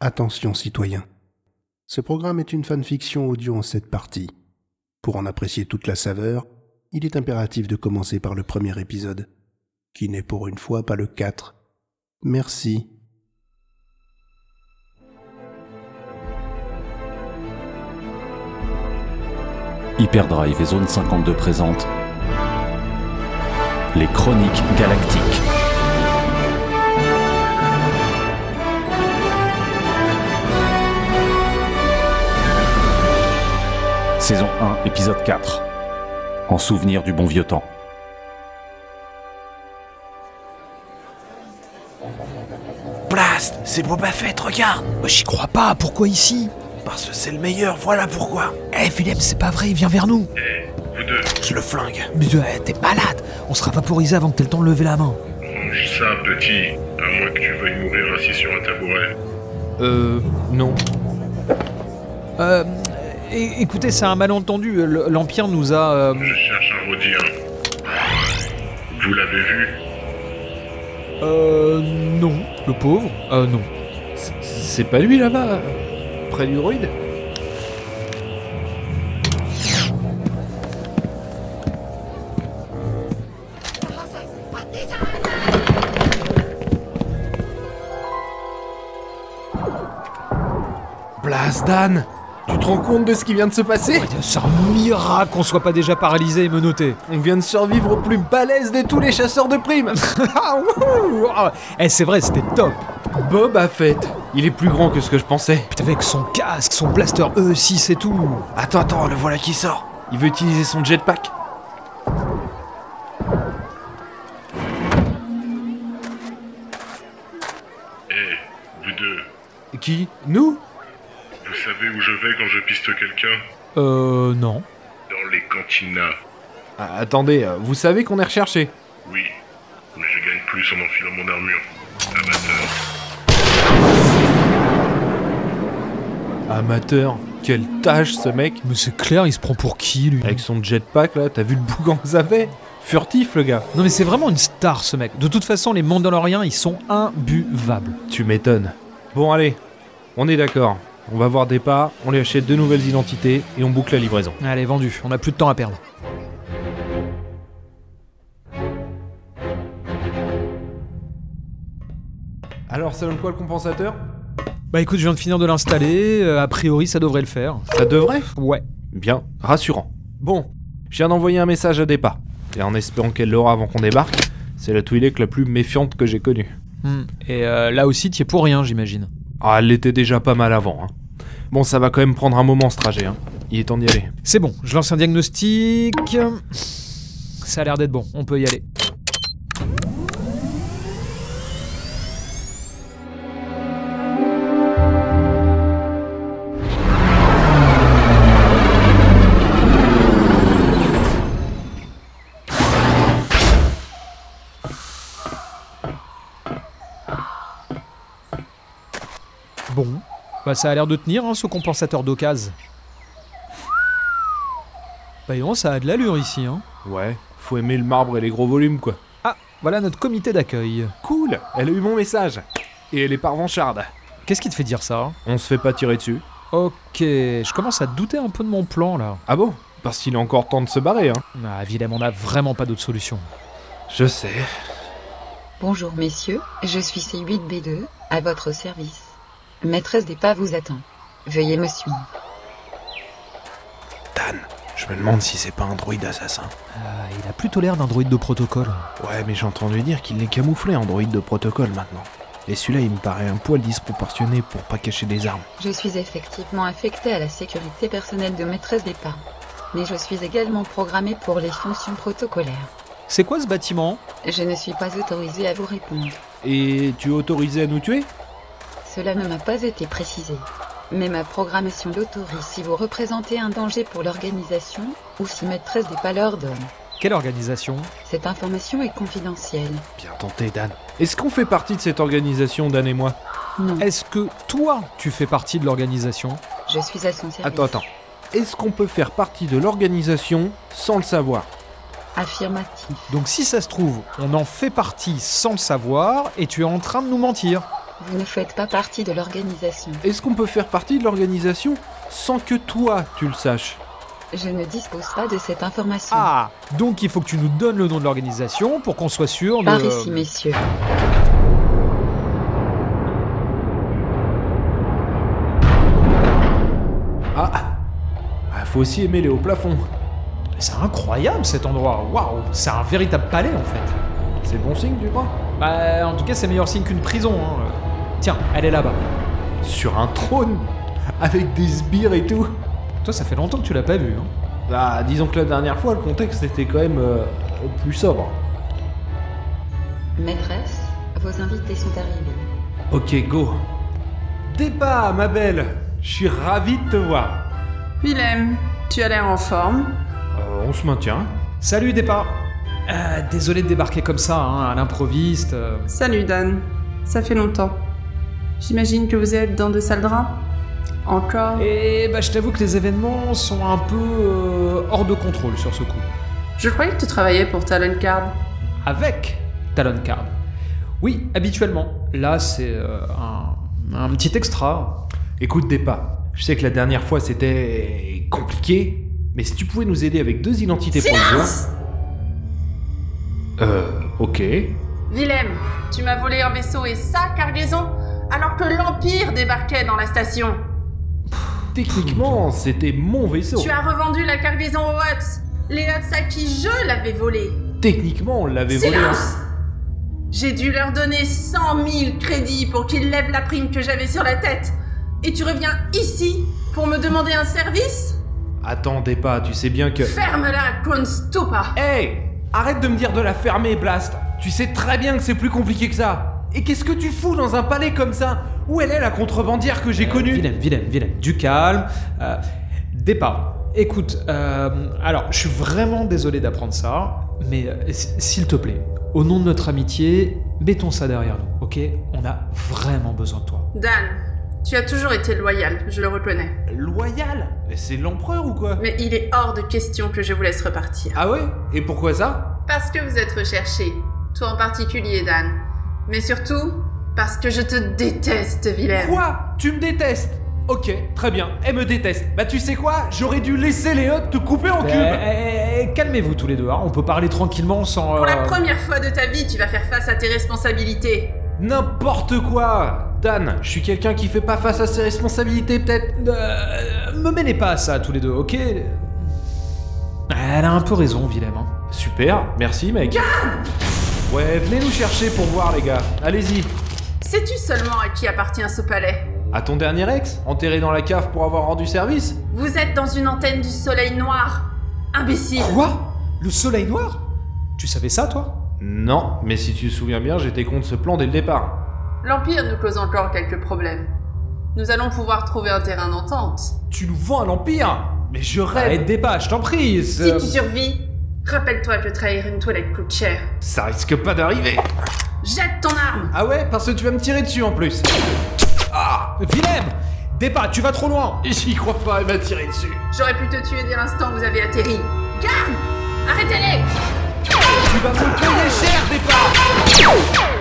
Attention citoyens. Ce programme est une fanfiction audio en 7 parties. Pour en apprécier toute la saveur, il est impératif de commencer par le premier épisode, qui n'est pour une fois pas le 4. Merci. Hyperdrive et Zone 52 présentent Les Chroniques Galactiques. Saison 1, épisode 4. En souvenir du bon vieux temps. Blast, c'est Boba Fett, regarde Bah, J'y crois pas, pourquoi ici Parce que c'est le meilleur, voilà pourquoi Eh Philippe, c'est pas vrai, il vient vers nous Eh, Vous deux, Je le flingue Mais euh, t'es malade On sera vaporisé avant que t'aies le temps de lever la main. range ça, petit, à moins que tu veuilles mourir assis sur un tabouret. Euh. Non. Euh. é- Écoutez, c'est un malentendu, l- l'Empire nous a... euh, Je cherche un rodien. Vous l'avez vu Euh. Non. le pauvre Euh, non. C'est- C'est pas lui là-bas Près du droïde Blasdan Tu te rends compte de ce qui vient de se passer euh, C'est un miracle qu'on soit pas déjà paralysé et menotté. On vient de survivre au plus balèze de tous les chasseurs de primes Ah, wouhou Ah, Eh, c'est vrai, c'était top Bob a fait Il est plus grand que ce que je pensais. Putain, avec son casque, son blaster E6 et tout Attends, attends, le voilà qui sort Il veut utiliser son jetpack. Eh, vous deux, Qui Nous vous savez où je vais quand je piste quelqu'un Euh, non. Dans les cantinas. Ah, Attendez, euh, vous savez qu'on est recherché. Oui, mais je gagne plus en enfilant mon armure. Amateur. Amateur, quelle tâche ce mec Mais c'est clair, il se prend pour qui, lui Avec son jetpack là, t'as vu le boucan que ça fait Furtif le gars. Non mais c'est vraiment une star ce mec. De toute façon, les Mandaloriens, ils sont imbuvables. Tu m'étonnes. Bon allez, on est d'accord. On va voir des pas, on lui achète deux nouvelles identités et on boucle la livraison. Allez, vendu, on a plus de temps à perdre. Alors ça donne quoi le compensateur Bah écoute, je viens de finir de l'installer, euh, a priori ça devrait le faire. Ça devrait Ouais. Bien, rassurant. Bon, je viens d'envoyer un message à Dépa. Et en espérant qu'elle l'aura avant qu'on débarque, c'est la Twi'lek la plus méfiante que j'ai connue. Hmm. Et euh, là aussi, t'y es pour rien, j'imagine. Ah, elle l'était déjà pas mal avant. hein. Bon, ça va quand même prendre un moment ce trajet. hein. Il est temps d'y aller. C'est bon, je lance un diagnostic. Ça a l'air d'être bon, on peut y aller. Bon, bah ça a l'air de tenir hein, ce compensateur d'occasion. Bah dis donc, ça a de l'allure ici, hein. Ouais, faut aimer le marbre et les gros volumes quoi. Ah, voilà notre comité d'accueil. Cool, elle a eu mon message. Et elle est parvancharde. Qu'est-ce qui te fait dire ça On se fait pas tirer dessus. Ok, je commence à douter un peu de mon plan là. Ah bon Parce qu'il est encore temps de se barrer, hein. Ah, évidemment, on n'a vraiment pas d'autre solution. Je sais. Bonjour messieurs, je suis C8B2, à votre service. Maîtresse des pas vous attend. Veuillez me suivre. Dan, je me demande si c'est pas un droïde assassin. Ah, il a plutôt l'air d'un droïde de protocole. Ouais, mais j'ai entendu dire qu'il est camouflé en droïde de protocole maintenant. Et celui-là, il me paraît un poil disproportionné pour pas cacher des armes. Je suis effectivement affectée à la sécurité personnelle de maîtresse des pas. Mais je suis également programmée pour les fonctions protocolaires. C'est quoi ce bâtiment Je ne suis pas autorisée à vous répondre. Et tu es autorisé à nous tuer Cela ne m'a pas été précisé. Mais ma programmation l'autorise si vous représentez un danger pour l'organisation, ou si maîtresse des pas leur donne. Quelle organisation Cette information est confidentielle. Bien tenté, Dan. Est-ce qu'on fait partie de cette organisation, Dan et moi Non, Est-ce que toi, tu fais partie de l'organisation je suis à son service. Attends, attends. Est-ce qu'on peut faire partie de l'organisation sans le savoir Affirmatif. Donc si ça se trouve, on en fait partie sans le savoir et tu es en train de nous mentir. Vous ne faites pas partie de l'organisation. Est-ce qu'on peut faire partie de l'organisation sans que toi tu le saches Je ne dispose pas de cette information. Ah Donc il faut que tu nous donnes le nom de l'organisation pour qu'on soit sûr de. Par ici, messieurs. Ah Ah, Faut aussi aimer les hauts plafonds. C'est incroyable cet endroit. Waouh C'est un véritable palais en fait. C'est bon signe, tu crois Bah, en tout cas, c'est meilleur signe qu'une prison. hein. Tiens, elle est là-bas. Sur un trône Avec des sbires et tout Toi, ça fait longtemps que tu l'as pas vue. Hein. Ah, disons que la dernière fois, le contexte était quand même euh, plus sobre. Maîtresse, vos invités sont arrivés. Ok, go. Débat, ma belle Je suis ravi de te voir. Willem, tu as l'air en forme. Euh, on se maintient. Salut, départ Euh, Désolé de débarquer comme ça, hein, à l'improviste. euh. Salut Dan, ça fait longtemps. J'imagine que vous êtes dans de sales draps Encore Et bah, je t'avoue que les événements sont un peu euh, hors de contrôle sur ce coup. Je croyais que tu travaillais pour Talon Card. Avec Talon Card. Oui, habituellement. Là, c'est euh, un, un petit extra. Écoute, Débat, je sais que la dernière fois, c'était compliqué, mais si tu pouvais nous aider avec deux identités provisoires... Euh, ok. Willem, tu m'as volé un vaisseau et sa cargaison alors que l'Empire débarquait dans la station. Techniquement, c'était mon vaisseau. Tu as revendu la cargaison aux Huts. Les Huts à qui je l'avais volée. Techniquement, on l'avait volé... en- Silence J'ai dû leur donner 100 000 crédits pour qu'ils lèvent la prime que j'avais sur la tête. Et tu reviens ici pour me demander un service Attends, Débat, tu sais bien que... Ferme-la, Constupa Hey Arrête de me dire de la fermer, Blast Tu sais très bien que c'est plus compliqué que ça Et qu'est-ce que tu fous dans un palais comme ça Où elle est la contrebandière que Euh, j'ai connue Willem, Willem, Willem, du calme. euh, départ. Écoute, euh, alors, je suis vraiment désolé d'apprendre ça, mais euh, s- s'il te plaît, au nom de notre amitié, mettons ça derrière nous, ok On a vraiment besoin de toi. Dan, tu as toujours été loyal, je le reconnais. Loyal Mais C'est l'empereur ou quoi Mais il est hors de question que je vous laisse repartir. Ah ouais Et pourquoi ça Parce que vous êtes recherché, toi en particulier, Dan. Mais surtout, parce que je te déteste, Willem. Quoi Tu me détestes Ok, très bien, elle me déteste. Bah tu sais quoi J'aurais dû laisser les hôtes te couper en Eh, cubes eh, eh, Calmez-vous tous les deux, hein, on peut parler tranquillement sans... Pour la euh, première fois de ta vie, tu vas faire face à tes responsabilités. N'importe quoi Dan, je suis quelqu'un qui fait pas face à ses responsabilités peut-être euh, me mêlez pas à ça tous les deux, ok Elle a un peu raison, Willem. hein. Super, merci mec. ouais, venez nous chercher pour voir les gars. Allez-y. Sais-tu seulement à qui appartient ce palais À ton dernier ex, enterré dans la cave pour avoir rendu service Vous êtes dans une antenne du soleil noir. Imbécile. Quoi Le soleil noir Tu savais ça, toi Non, mais si tu te souviens bien, j'étais contre ce plan dès le départ. L'Empire nous cause encore quelques problèmes. Nous allons pouvoir trouver un terrain d'entente. Tu nous vends à l'Empire Mais je Arrête, rêve débat, je t'en prie euh, Si c'est- tu survis, rappelle-toi que trahir une toilette coûte cher. Ça risque pas d'arriver Jette ton arme Ah ouais Parce que tu vas me tirer dessus en plus Willem Départ, tu vas trop loin J'y crois pas, elle m'a tiré dessus J'aurais pu te tuer dès l'instant où vous avez atterri. Garde Arrêtez-les Tu vas me le payer cher, départ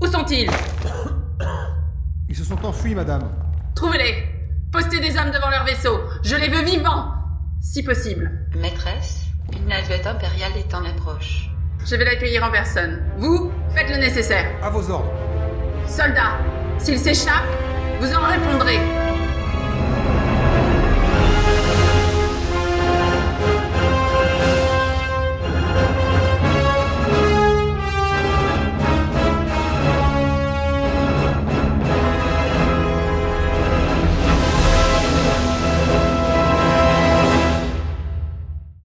Où sont-ils Ils se sont enfuis, madame. Trouvez-les Postez des hommes devant leur vaisseau Je les veux vivants Si possible. Maîtresse, une navette impériale est en approche. Je vais l'accueillir en personne. Vous, faites le nécessaire. À vos ordres. Soldats, s'ils s'échappent, vous en répondrez.